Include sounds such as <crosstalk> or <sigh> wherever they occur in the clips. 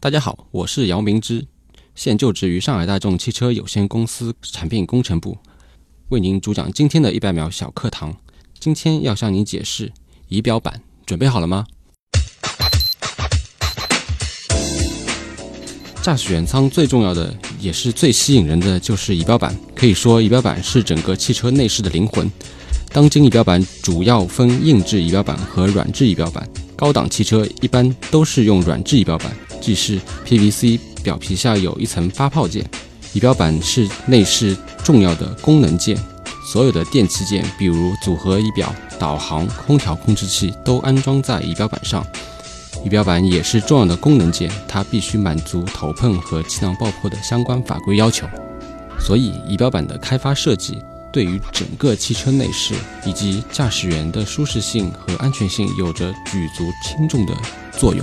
大家好，我是姚明之，现就职于上海大众汽车有限公司产品工程部，为您主讲今天的一百秒小课堂。今天要向您解释仪表板，准备好了吗？驾驶员舱最重要的也是最吸引人的就是仪表板，可以说仪表板是整个汽车内饰的灵魂。当今仪表板主要分硬质仪表板和软质仪表板，高档汽车一般都是用软质仪表板，即是 PVC 表皮下有一层发泡件。仪表板是内饰重要的功能件，所有的电器件，比如组合仪表、导航、空调控制器，都安装在仪表板上。仪表板也是重要的功能件，它必须满足头碰和气囊爆破的相关法规要求。所以，仪表板的开发设计对于整个汽车内饰以及驾驶员的舒适性和安全性有着举足轻重的作用。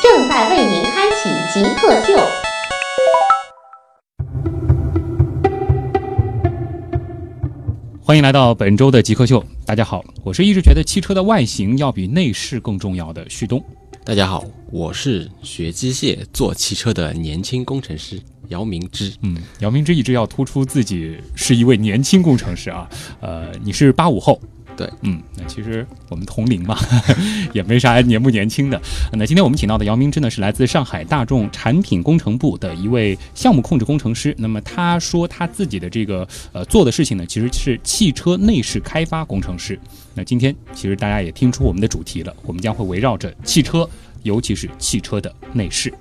正在为您开启极客秀。欢迎来到本周的极客秀，大家好，我是一直觉得汽车的外形要比内饰更重要的旭东。大家好，我是学机械做汽车的年轻工程师姚明之。嗯，姚明之一直要突出自己是一位年轻工程师啊，呃，你是八五后。对，嗯，那其实我们同龄嘛， <laughs> 也没啥年不年轻的。呃那今天我们请到的姚明之呢，是来自上海大众产品工程部的一位项目控制工程师。那么他说他自己的这个呃做的事情呢，其实是汽车内饰开发工程师。那今天其实大家也听出我们的主题了，我们将会围绕着汽车，尤其是汽车的内饰。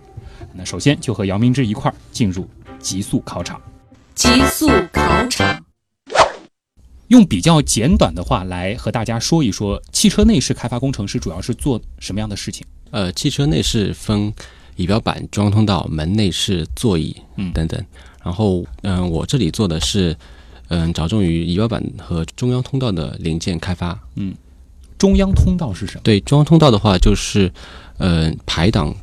那首先就和姚明之一块儿进入极速考场。极速考场，用比较简短的话来和大家说一说，汽车内饰开发工程师主要是做什么样的事情？呃，汽车内饰分仪表板、中央通道、门内饰、座椅嗯等等。然后，嗯、我这里做的是，嗯、着重于仪表板和中央通道的零件开发。中央通道是什么？对中央通道的话，就是，嗯、排档，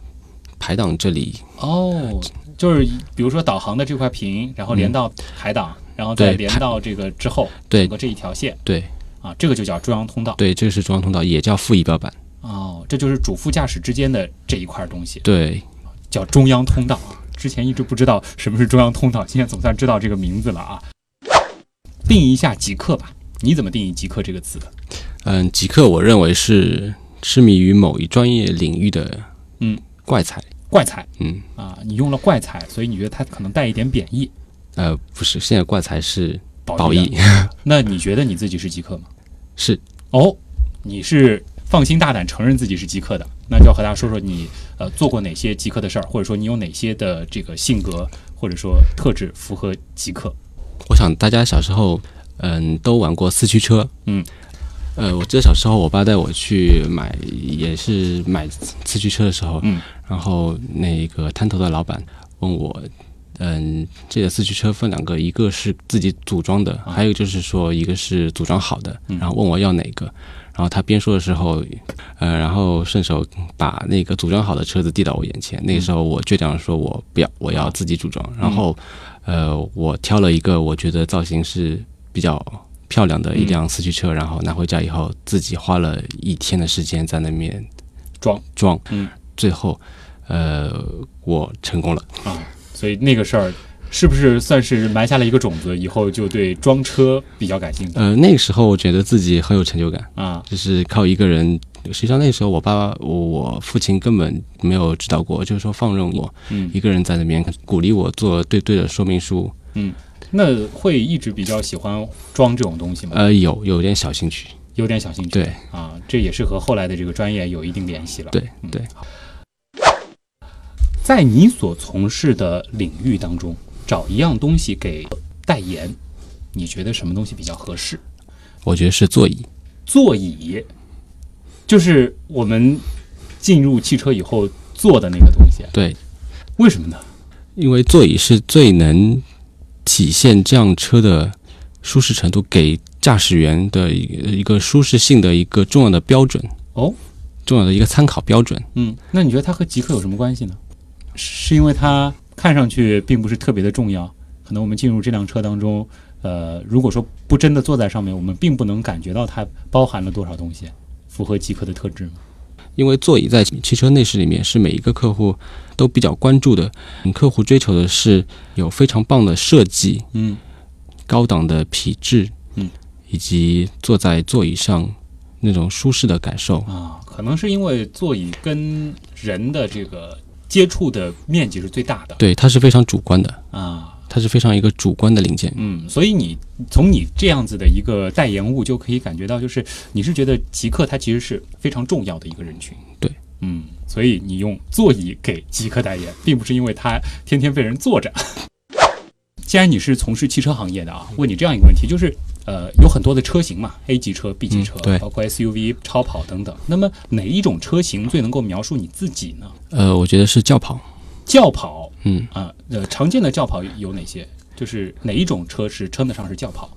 排档这里哦，就是比如说导航的这块屏，然后连到排档，然后再对连排到这个之后，对整个这一条线对啊，这个就叫中央通道。对，这是中央通道，也叫副仪表板。哦，这就是主副驾驶之间的这一块东西，对，叫中央通道。啊之前一直不知道什么是中央通道，现在总算知道这个名字了啊。定义一下极客吧，你怎么定义极客这个词的？嗯，极客我认为是痴迷于某一专业领域的嗯怪才，怪才。嗯啊，你用了怪才，所以你觉得它可能带一点贬义。呃不是，现在怪才是褒义义的，，那你觉得你自己是极客吗？ <laughs> 是哦，你是放心大胆承认自己是极客的，那就要和大家说说你呃做过哪些极客的事儿，或者说你有哪些的这个性格或者说特质符合极客。我想大家小时候嗯都玩过四驱车，嗯。呃，我记得小时候，我爸带我去买，也是买四驱车的时候，嗯，然后那个摊头的老板问我，嗯，这个四驱车分两个，一个是自己组装的，啊还有就是说一个是组装好的，嗯然后问我要哪个，然后他边说的时候，呃，然后顺手把那个组装好的车子递到我眼前，嗯那个时候我倔强地说我不要，我要自己组装，然后，呃，我挑了一个我觉得造型是比较。漂亮的一辆四驱车，然后拿回家以后，自己花了一天的时间在那面装装，嗯，最后，呃，我成功了。啊，所以那个事儿是不是算是埋下了一个种子，以后就对装车比较感兴趣呃，那个时候我觉得自己很有成就感，啊？就是靠一个人。实际上那时候我爸爸我我父亲根本没有指导过，就是说放任我嗯一个人在那边鼓励我做对对的说明书。那会一直比较喜欢装这种东西吗？呃，有有点小兴趣，有点小兴趣。对啊，这也是和后来的这个专业有一定联系了。对嗯对。好在你所从事的领域当中，找一样东西给代言，你觉得什么东西比较合适？我觉得是座椅。座椅，就是我们进入汽车以后坐的那个东西，对，为什么呢？因为座椅是最能体现这辆车的舒适程度，给驾驶员的一个一个舒适性的一个重要的标准哦，重要的一个参考标准。嗯，那你觉得它和极客有什么关系呢？是因为它看上去并不是特别的重要，可能我们进入这辆车当中，呃，如果说不真的坐在上面，我们并不能感觉到它包含了多少东西，符合极客的特质吗？因为座椅在汽车内饰里面是每一个客户都比较关注的，嗯客户追求的是有非常棒的设计、嗯，高档的皮质，嗯，以及坐在座椅上那种舒适的感受。啊，可能是因为座椅跟人的这个接触的面积是最大的对，它是非常主观的，啊，它是非常一个主观的零件。嗯，所以你从你这样子的一个代言物就可以感觉到，就是你是觉得极客它其实是非常重要的一个人群，对，嗯，所以你用座椅给极客代言，并不是因为它天天被人坐着。 <laughs> 既然你是从事汽车行业的啊，问你这样一个问题，就是呃，有很多的车型嘛，A 级车、B 级车，嗯对包括 SUV、超跑等等。那么哪一种车型最能够描述你自己呢？呃，我觉得是轿跑，轿跑嗯，啊，呃，常见的轿跑有哪些？就是哪一种车是称得上是轿跑？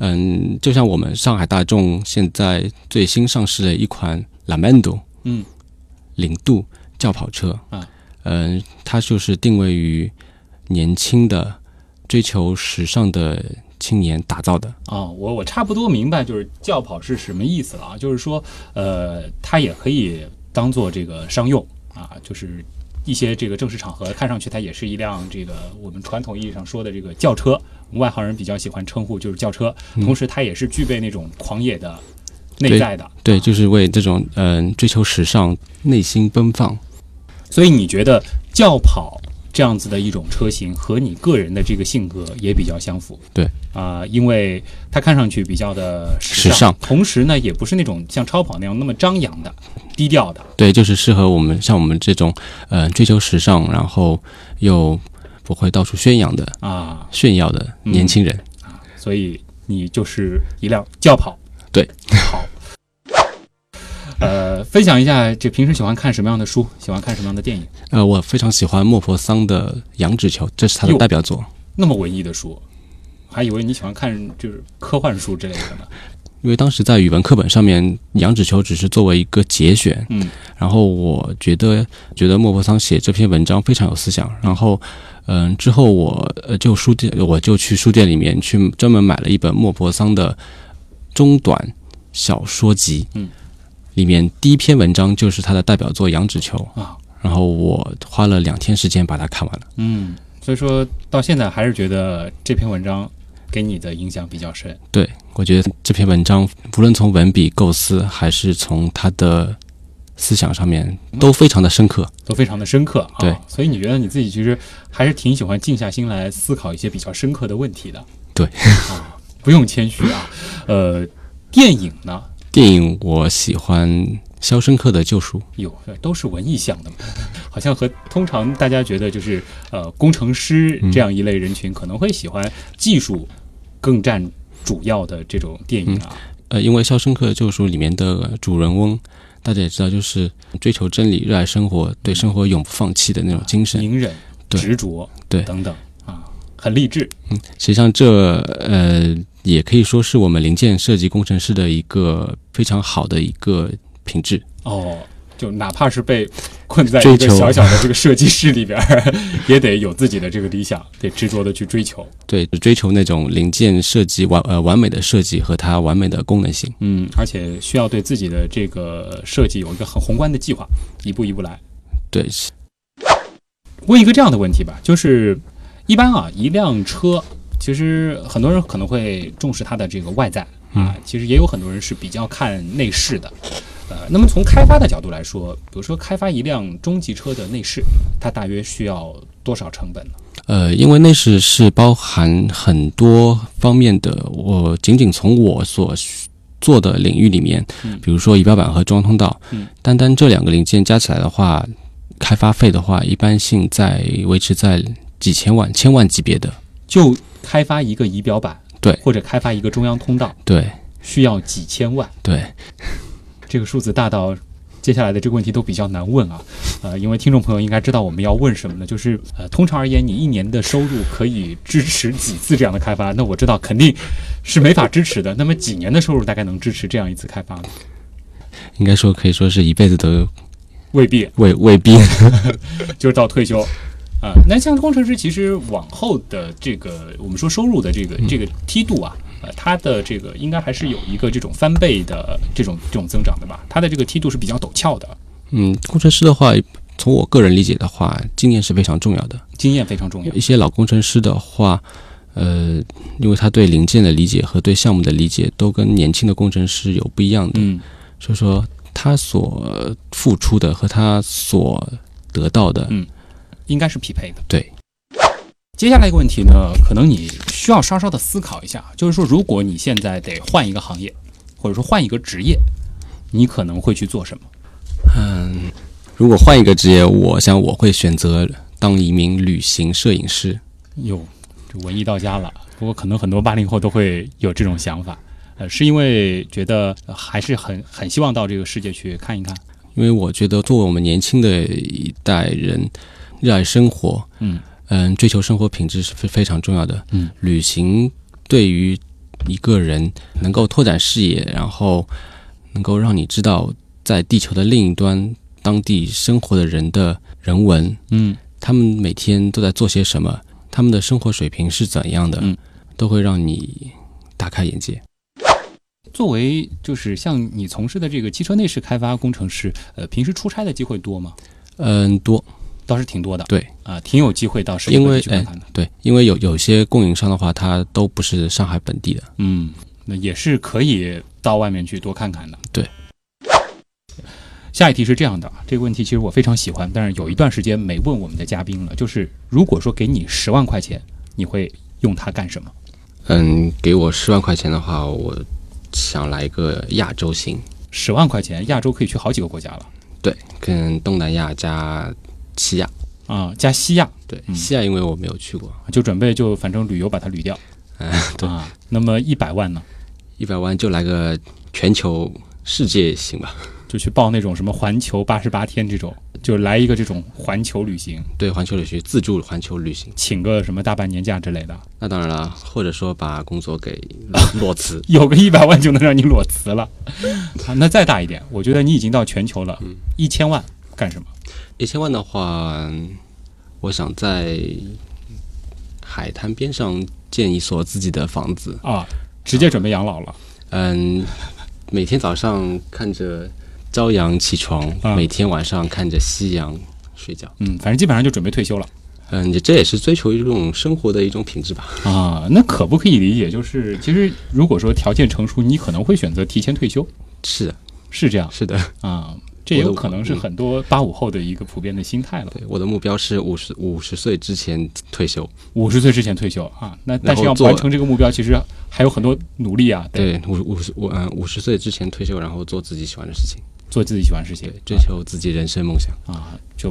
嗯，就像我们上海大众现在最新上市的一款 Lamento，嗯，领度轿跑车啊，嗯，它就是定位于年轻的、追求时尚的青年打造的。啊、我我差不多明白就是轿跑是什么意思了啊，就是说，呃，它也可以当做这个商用啊，就是一些这个正式场合，看上去它也是一辆这个我们传统意义上说的这个轿车，外行人比较喜欢称呼就是轿车，同时它也是具备那种狂野的内在的，对，就是为这种嗯、追求时尚、内心奔放。所以你觉得轿跑这样子的一种车型和你个人的这个性格也比较相符？对啊、因为它看上去比较的时时尚同时呢，也不是那种像超跑那样那么张扬的、低调的。对，就是适合我们像我们这种呃追求时尚，然后又不会到处宣扬的、啊，炫耀的嗯年轻人。所以你就是一辆轿跑。对，好。呃，分享一下，这平时喜欢看什么样的书，喜欢看什么样的电影？呃，我非常喜欢莫泊桑的《羊脂球》，这是他的哟代表作，那么文艺的书，还以为你喜欢看就是科幻书之类的呢。因为当时在语文课本上面，《羊脂球》只是作为一个节选，嗯，然后我觉得觉得莫泊桑写这篇文章非常有思想，然后。嗯，之后我呃就书店，我就去书店里面去专门买了一本莫泊桑的中短小说集，嗯，里面第一篇文章就是他的代表作《羊脂球》啊，然后我花了两天时间把它看完了。嗯，所以说到现在还是觉得这篇文章给你的影响比较深。对，我觉得这篇文章无论从文笔构思，还是从他的思想上面，都非常的深刻。都非常的深刻啊，对所以你觉得你自己其实还是挺喜欢静下心来思考一些比较深刻的问题的。对啊，不用谦虚啊。呃，电影呢，电影我喜欢《肖申克的救赎》，有都是文艺向的嘛，好像和通常大家觉得就是呃工程师嗯这样一类人群可能会喜欢技术更占主要的这种电影啊。呃，因为《肖申克的救赎》里面的主人翁，大家也知道，就是追求真理、热爱生活、对生活永不放弃的那种精神。隐忍、对执着，对等等啊，很励志。实际上这，呃也可以说是我们零件设计工程师的一个非常好的一个品质。哦，就哪怕是被困在一追个求小小的这个设计室里边儿， <laughs> 也得有自己的这个理想，得执着的去追求。对，追求那种零件设计完呃完美的设计和它完美的功能性。嗯，而且需要对自己的这个设计有一个很宏观的计划，一步一步来。对，问一个这样的问题吧，就是一般啊，一辆车其实很多人可能会重视它的这个外在嗯啊，其实也有很多人是比较看内饰的。呃，那么从开发的角度来说，比如说开发一辆中级车的内饰，它大约需要多少成本呢？呃，因为内饰是包含很多方面的，我仅仅从我所做的领域里面嗯，比如说仪表板和中央通道嗯，单单这两个零件加起来的话，开发费的话，一般性在维持在几千万、千万级别的。就开发一个仪表板，对或者开发一个中央通道对需要几千万，对，这个数字大到。接下来的这个问题都比较难问啊，呃，因为听众朋友应该知道我们要问什么了，就是呃，通常而言，你一年的收入可以支持几次这样的开发？那我知道肯定是没法支持的。那么几年的收入大概能支持这样一次开发吗？应该说可以说是一辈子都未必，未未必。就是到退休。啊、那像工程师其实往后的这个我们说收入的这个这个梯度啊，呃，它的这个应该还是有一个这种翻倍的这种这种增长的吧？它的这个梯度是比较陡峭的，嗯，工程师的话，从我个人理解的话，经验是非常重要的。经验非常重要一。些老工程师的话，呃，因为他对零件的理解和对项目的理解都跟年轻的工程师有不一样的，嗯所以说他所付出的和他所得到的，嗯应该是匹配的。对。接下来一个问题呢，可能你需要稍稍的思考一下，就是说，如果你现在得换一个行业，或者说换一个职业，你可能会去做什么？嗯，如果换一个职业，我想我会选择当一名旅行摄影师。哟，这文艺到家了。不过可能很多八零后都会有这种想法，呃，是因为觉得呃还是很很希望到这个世界去看一看。因为我觉得作为我们年轻的一代人，热爱生活，嗯嗯，追求生活品质是非非常重要的。嗯，旅行对于一个人能够拓展视野，然后能够让你知道在地球的另一端当地生活的人的人文，嗯，他们每天都在做些什么，他们的生活水平是怎样的，嗯都会让你大开眼界。作为就是像你从事的这个汽车内饰开发工程师，呃，平时出差的机会多吗？嗯，多倒是挺多的。对啊、挺有机会到世界因各为哎地去看看的。对，因为有有些供应商的话，它都不是上海本地的。嗯，那也是可以到外面去多看看的。对。下一题是这样的啊，这个问题其实我非常喜欢，但是有一段时间没问我们的嘉宾了。就是如果说给你十万块钱，你会用它干什么？嗯，给我十万块钱的话，我想来个亚洲行，十万块钱，亚洲可以去好几个国家了对，跟东南亚加西亚，啊、加西亚对，西亚因为我没有去过，就准备就反正旅游把它捋掉。嗯， <laughs> 对，啊，那么一百万呢，一百万就来个全球世界行吧，就去报那种什么环球八十八天这种，就来一个这种环球旅行，对，环球旅行，自助环球旅行，请个什么大半年假之类的。那当然了，或者说把工作给裸辞，有个一百万就能让你裸辞了、啊那再大一点，我觉得你已经到全球嗯了，一千万干什么？一千万的话，我想在海滩边上建一所自己的房子，啊，直接准备养老了。嗯，每天早上看着朝阳起床，啊每天晚上看着夕阳睡觉。嗯，反正基本上就准备退休了嗯，这也是追求一种生活的一种品质吧。啊。那可不可以理解，就是其实如果说条件成熟，你可能会选择提前退休， <laughs> 是的，是这 <laughs> 样是的，啊？这也有我的嗯可能是很多八五后的一个普遍的心态了。对，我的目标是五十五十岁之前退休。五十岁之前退休啊，那但是然要后做完成这个目标，其实还有很多努力啊，得对，五五十五嗯五十岁之前退休，然后做自己喜欢的事情，做自己喜欢的事情对，，追求自己人生梦想。啊，就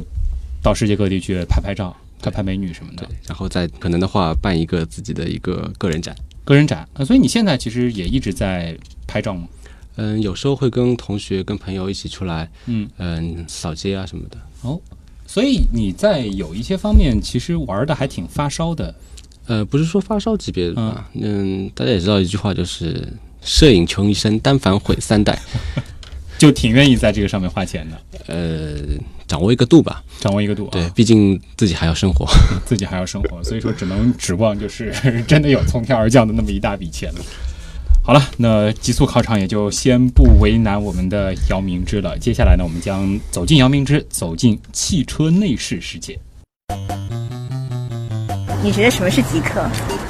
到世界各地去拍拍照、拍拍美女什么的对。，然后再可能的话办一个自己的一个个人展。个人展啊，所以你现在其实也一直在拍照吗？嗯，有时候会跟同学、跟朋友一起出来，嗯，嗯，扫街啊什么的。所以你在有一些方面其实玩的还挺发烧的，呃，不是说发烧级别的吧？嗯，大家也知道一句话，就是“摄影穷一生，单反毁三代就挺愿意在这个上面花钱的，”。呃，掌握一个度吧。掌握一个度啊，对，毕竟自己还要生活。 <laughs> 自己还要生活，所以说只能指望就是 <laughs> 真的有从天而降的那么一大笔钱了。好了，那极速考场也就先不为难我们的姚明之了。接下来呢，我们将走进姚明之，走进汽车内饰世界。你觉得什么是极客？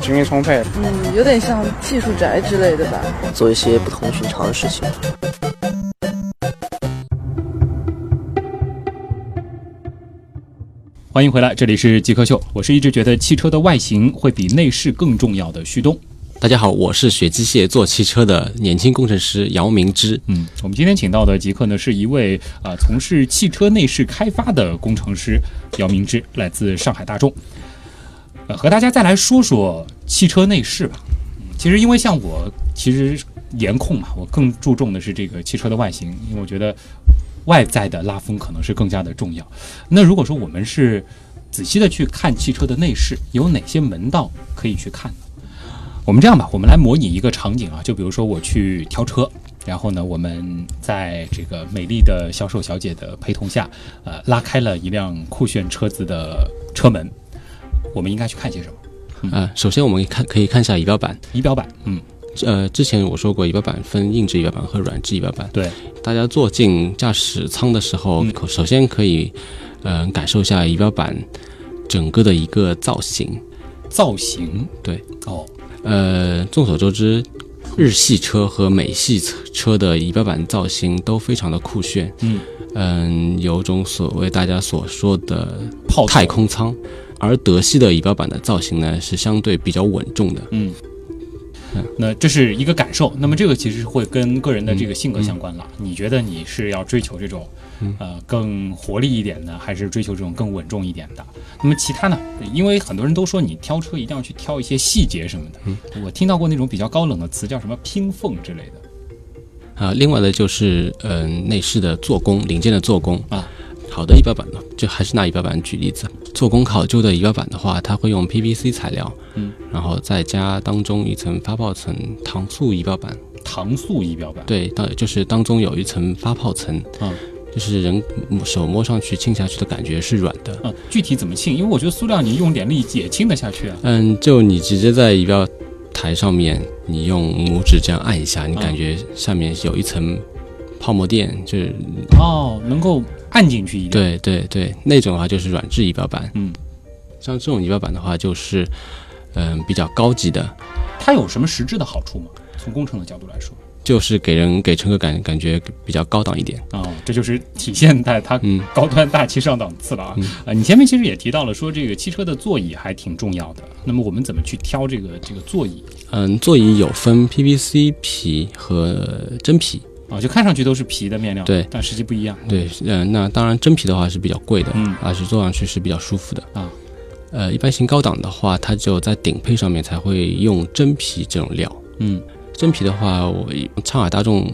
精力充沛。嗯，有点像技术宅之类的吧。做一些不同寻常的事情。欢迎回来，这里是极客秀。我是一直觉得汽车的外形会比内饰更重要的旭东。大家好，我是学机械做汽车的年轻工程师姚明之。嗯，我们今天请到的极客呢，是一位啊、呃从事汽车内饰开发的工程师姚明之，来自上海大众。呃，和大家再来说说汽车内饰吧。嗯其实因为像我，其实颜控嘛，我更注重的是这个汽车的外形，因为我觉得外在的拉风可能是更加的重要。那如果说我们是仔细的去看汽车的内饰，有哪些门道可以去看呢？我们这样吧，我们来模拟一个场景啊，就比如说我去挑车，然后呢，我们在这个美丽的销售小姐的陪同下，呃，拉开了一辆酷炫车子的车门，我们应该去看些什么？呃，首先我们看可以看一下仪表板。仪表板，嗯，呃，之前我说过，仪表板分硬质仪表板和软质仪表板。对，大家坐进驾驶舱的时候，嗯可首先可以，呃，感受一下仪表板整个的一个造型。造型，对，哦，呃，众所周知，日系车和美系车的仪表板造型都非常的酷炫。嗯嗯，有种所谓大家所说的炮太，空舱，而德系的仪表板的造型呢是相对比较稳重的。嗯。那这是一个感受，那么这个其实会跟个人的这个性格相关了。你觉得你是要追求这种，呃，更活力一点的，还是追求这种更稳重一点的？那么其他呢？因为很多人都说你挑车一定要去挑一些细节什么的，我听到过那种比较高冷的词叫什么拼缝之类的。啊，另外的就是嗯、呃内饰的做工，零件的做工啊。好的仪表板呢，就还是拿仪表板举例子，做工考究的仪表板的话，它会用 PVC 材料，嗯，然后再加当中一层发泡层糖塑仪表板，糖塑仪表板，对，当就是当中有一层发泡层，嗯，就是人手摸上去、亲下去的感觉是软的。嗯，具体怎么沁？因为我觉得塑料你用点力也沁得下去啊。嗯，就你直接在仪表台上面，你用拇指这样按一下，你嗯感觉下面有一层泡沫垫，就是哦，能够按进去一点。，对对对，那种的话就是软质仪表板。嗯，像这种仪表板的话，就是嗯、比较高级的，它有什么实质的好处吗？从工程的角度来说，就是给人给乘客感感觉比较高档一点。啊、这就是体现在它嗯， <laughs> 高端大气上档次了啊。嗯呃，你前面其实也提到了，说这个汽车的座椅还挺重要的。那么我们怎么去挑这个这个座椅嗯，座椅有分 PVC 皮和真皮。啊？就看上去都是皮的面料，对但实际不一样。对，嗯、那当然真皮的话是比较贵的，嗯而且坐上去是比较舒服的啊。呃，一般型高档的话，它只有在顶配上面才会用真皮这种料。嗯，真皮的话，我上海大众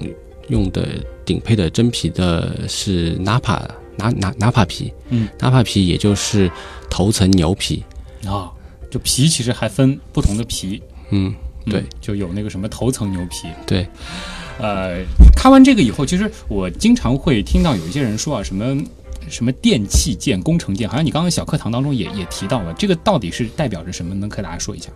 用的顶配的真皮的是 Napa 拿拿拿帕皮，嗯，Napa 皮也就是头层牛皮，啊、就皮其实还分不同的皮。嗯，嗯对，就有那个什么头层牛皮，对，呃，看完这个以后，其实我经常会听到有一些人说啊，什么什么电器件、工程件，好像你刚刚小课堂当中也也提到了，这个到底是代表着什么？能和大家说一下？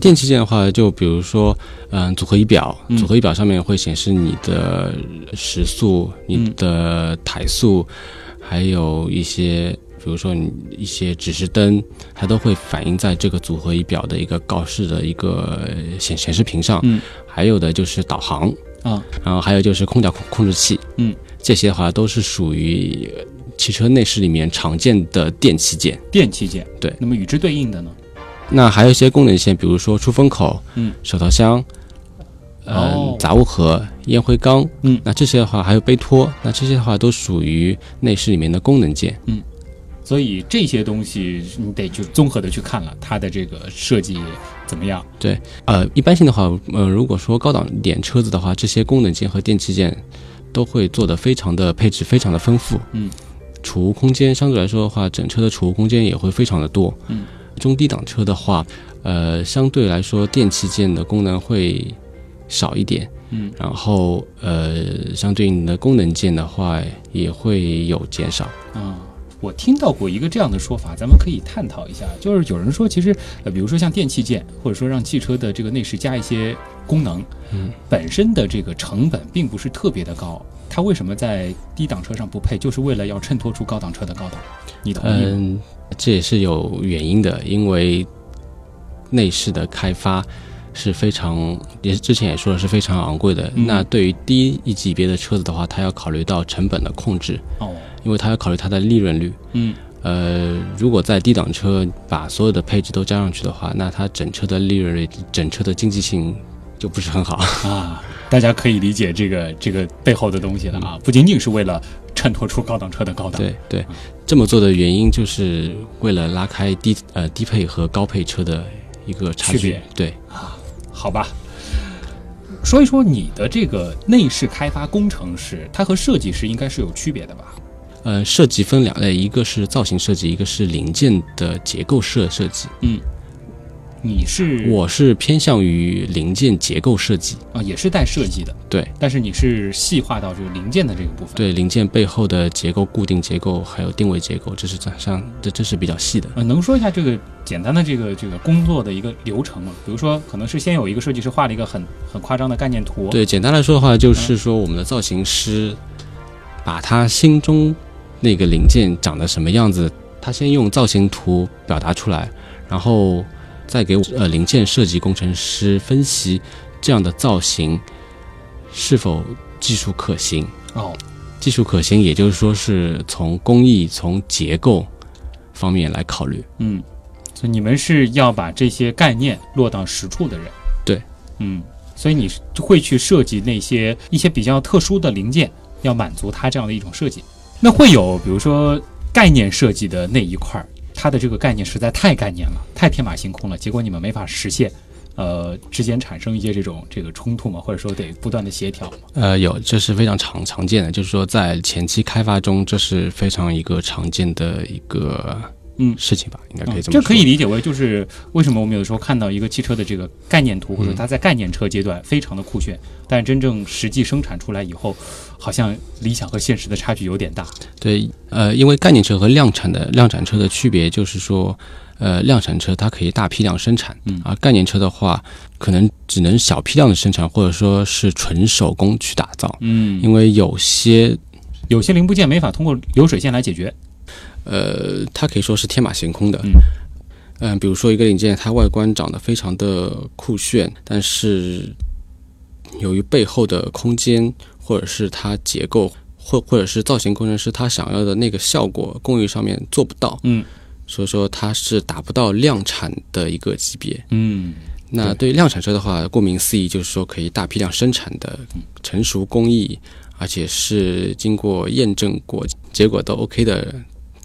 电器件的话，就比如说，嗯、组合仪表，嗯组合仪表上面会显示你的时速、嗯你的台速，还有一些，比如说你一些指示灯，它都会反映在这个组合仪表的一个告示的一个呃显显示屏上。嗯，还有的就是导航啊，然后还有就是空调控控制器。嗯，这些的话都是属于呃汽车内饰里面常见的电器件。电器件，对那么与之对应的呢？那还有一些功能线，比如说出风口、嗯、手套箱、嗯、哦杂物盒、烟灰缸，嗯那这些的话还有杯托，那这些的话都属于内饰里面的功能件。所以这些东西你得去综合的去看了，它的这个设计怎么样？呃，一般性的话，呃，如果说高档一点车子的话，这些功能件和电器件都会做得非常的配置非常的丰富。嗯，储物空间相对来说的话，整车的储物空间也会非常的多。嗯，中低档车的话，呃，相对来说电器件的功能会少一点。嗯，然后呃，相对应的功能键的话也会有减少。啊，我听到过一个这样的说法，咱们可以探讨一下。就是有人说，其实呃，比如说像电器件，或者说让汽车的这个内饰加一些功能，嗯，本身的这个成本并不是特别的高，它为什么在低档车上不配？就是为了要衬托出高档呃车的高档，你同意吗？嗯，这也是有原因的，因为内饰的开发是非常，也之前也说了是非常昂贵的。嗯那对于低一级别的车子的话，它要考虑到成本的控制，哦，因为它要考虑它的利润率。嗯呃，如果在低档车把所有的配置都加上去的话，那它整车的利润率、整车的经济性就不是很 <laughs> 好。啊，大家可以理解这个这个背后的东西了啊，不仅仅是为了衬托出高档车的高档，对对，这么做的原因就是为了拉开低呃低配和高配车的一个差区距别。对，好吧。说一说你的这个内饰开发工程师，他和设计师应该是有区别的吧？呃，设计分两类，一个是造型设计，一个是零件的结构设设计。你是我是偏向于零件结构设计，啊、也是带设计的，对但是你是细化到这个零件的这个部分。对，零件背后的结构、固定结构还有定位结构，这是上上这这是比较细的。呃，能说一下这个简单的这个这个工作的一个流程吗？比如说，可能是先有一个设计师画了一个很很夸张的概念图，对，简单来说的话，就是说我们的造型师把他心中那个零件长得什么样子，他先用造型图表达出来，然后再给我呃零件设计工程师分析这样的造型是否技术可行。哦，技术可行，也就是说是从工艺、从结构方面来考虑。嗯，所以你们是要把这些概念落到实处的人。对，嗯，所以你是会去设计那些一些比较特殊的零件，要满足它这样的一种设计。那会有比如说概念设计的那一块儿，它的这个概念实在太概念了，太天马行空了，结果你们没法实现。呃，之间产生一些这种这个冲突嘛，或者说得不断的协调嘛。呃，有，这是非常常常见的，就是说在前期开发中，这是非常一个常见的一个嗯事情吧，应该可以这么说。这可以理解为就是为什么我们有的时候看到一个汽车的这个概念嗯图，或者它在概念车阶段非常的酷炫，但真正实际生产出来以后，好像理想和现实的差距有点大。对，呃，因为概念车和量产的量产车的区别就是说，呃，量产车它可以大批量生产，嗯而概念车的话，可能只能小批量的生产，或者说是纯手工去打造，嗯，因为有些有些零部件没法通过流水线来解决。呃，它可以说是天马行空的。嗯嗯、比如说一个零件，它外观长得非常的酷炫，但是由于背后的空间或者是它结构或或者是造型工程师他想要的那个效果，工艺上面做不到，嗯所以说它是达不到量产的一个级别。嗯那对于量产车的话，顾名思义就是说可以大批量生产的成熟工艺，而且是经过验证过结果都 OK 的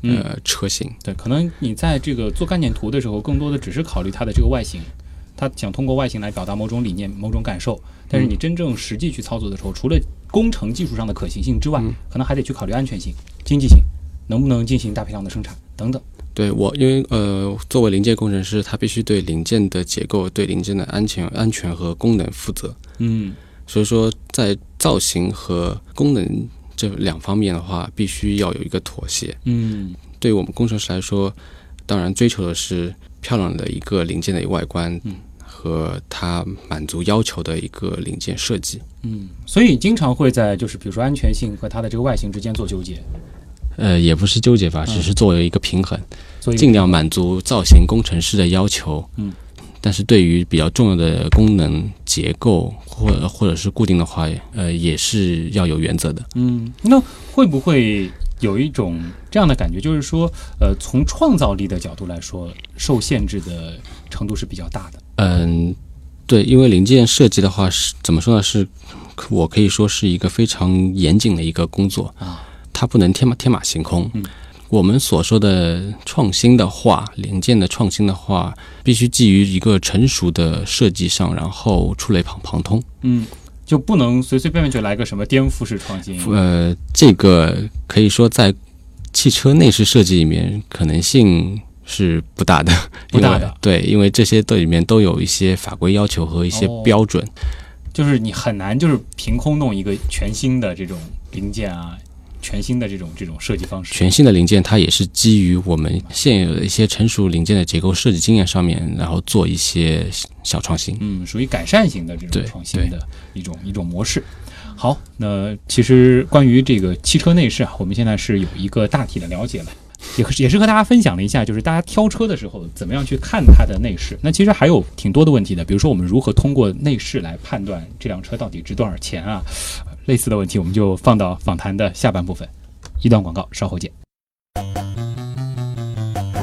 嗯呃车型。对，可能你在这个做概念图的时候，更多的只是考虑它的这个外形，它想通过外形来表达某种理念、某种感受。但是你真正实际去操作的时候，除了工程技术上的可行性之外，可能还得去考虑安全性、经济性，能不能进行大批量的生产等等。对我，因为呃，作为零件工程师，他必须对零件的结构、对零件的安全、安全和功能负责。嗯所以说，在造型和功能这两方面的话，必须要有一个妥协。嗯对于我们工程师来说，当然追求的是漂亮的一个零件的外观，嗯和它满足要求的一个零件设计。嗯，所以经常会在就是比如说安全性和它的这个外形之间做纠结，呃，也不是纠结吧，只是作为一个平衡。所以尽量满足造型工程师的要求。嗯，但是对于比较重要的功能结构或或者是固定的话，呃，也是要有原则的。嗯，那会不会有一种这样的感觉，就是说，呃，从创造力的角度来说，受限制的程度是比较大的。嗯，对，因为零件设计的话是怎么说呢？是我可以说是一个非常严谨的一个工作啊，它不能天马天马行空。嗯我们所说的创新的话，零件的创新的话，必须基于一个成熟的设计上，然后触类旁旁通。嗯，就不能随随便便就来个什么颠覆式创新。呃，这个可以说在汽车内饰设计里面可能性是不大 <laughs> 的，不大的因为对，因为这些都里面都有一些法规要求和一些哦标准。就是你很难就是凭空弄一个全新的这种零件啊，全新的这种这种设计方式。全新的零件它也是基于我们现有的一些成熟零件的结构设计经验上面，然后做一些小创新。嗯，属于改善型的这种对创新的一种一种模式。好，那其实关于这个汽车内饰啊，我们现在是有一个大体的了解了。也和也是和大家分享了一下，就是大家挑车的时候怎么样去看它的内饰。那其实还有挺多的问题的，比如说我们如何通过内饰来判断这辆车到底值多少钱啊？类似的问题我们就放到访谈的下半部分。一段广告，稍后见。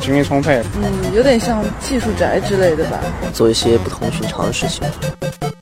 精力充沛。嗯，有点像技术宅之类的吧。做一些不同寻常的事情。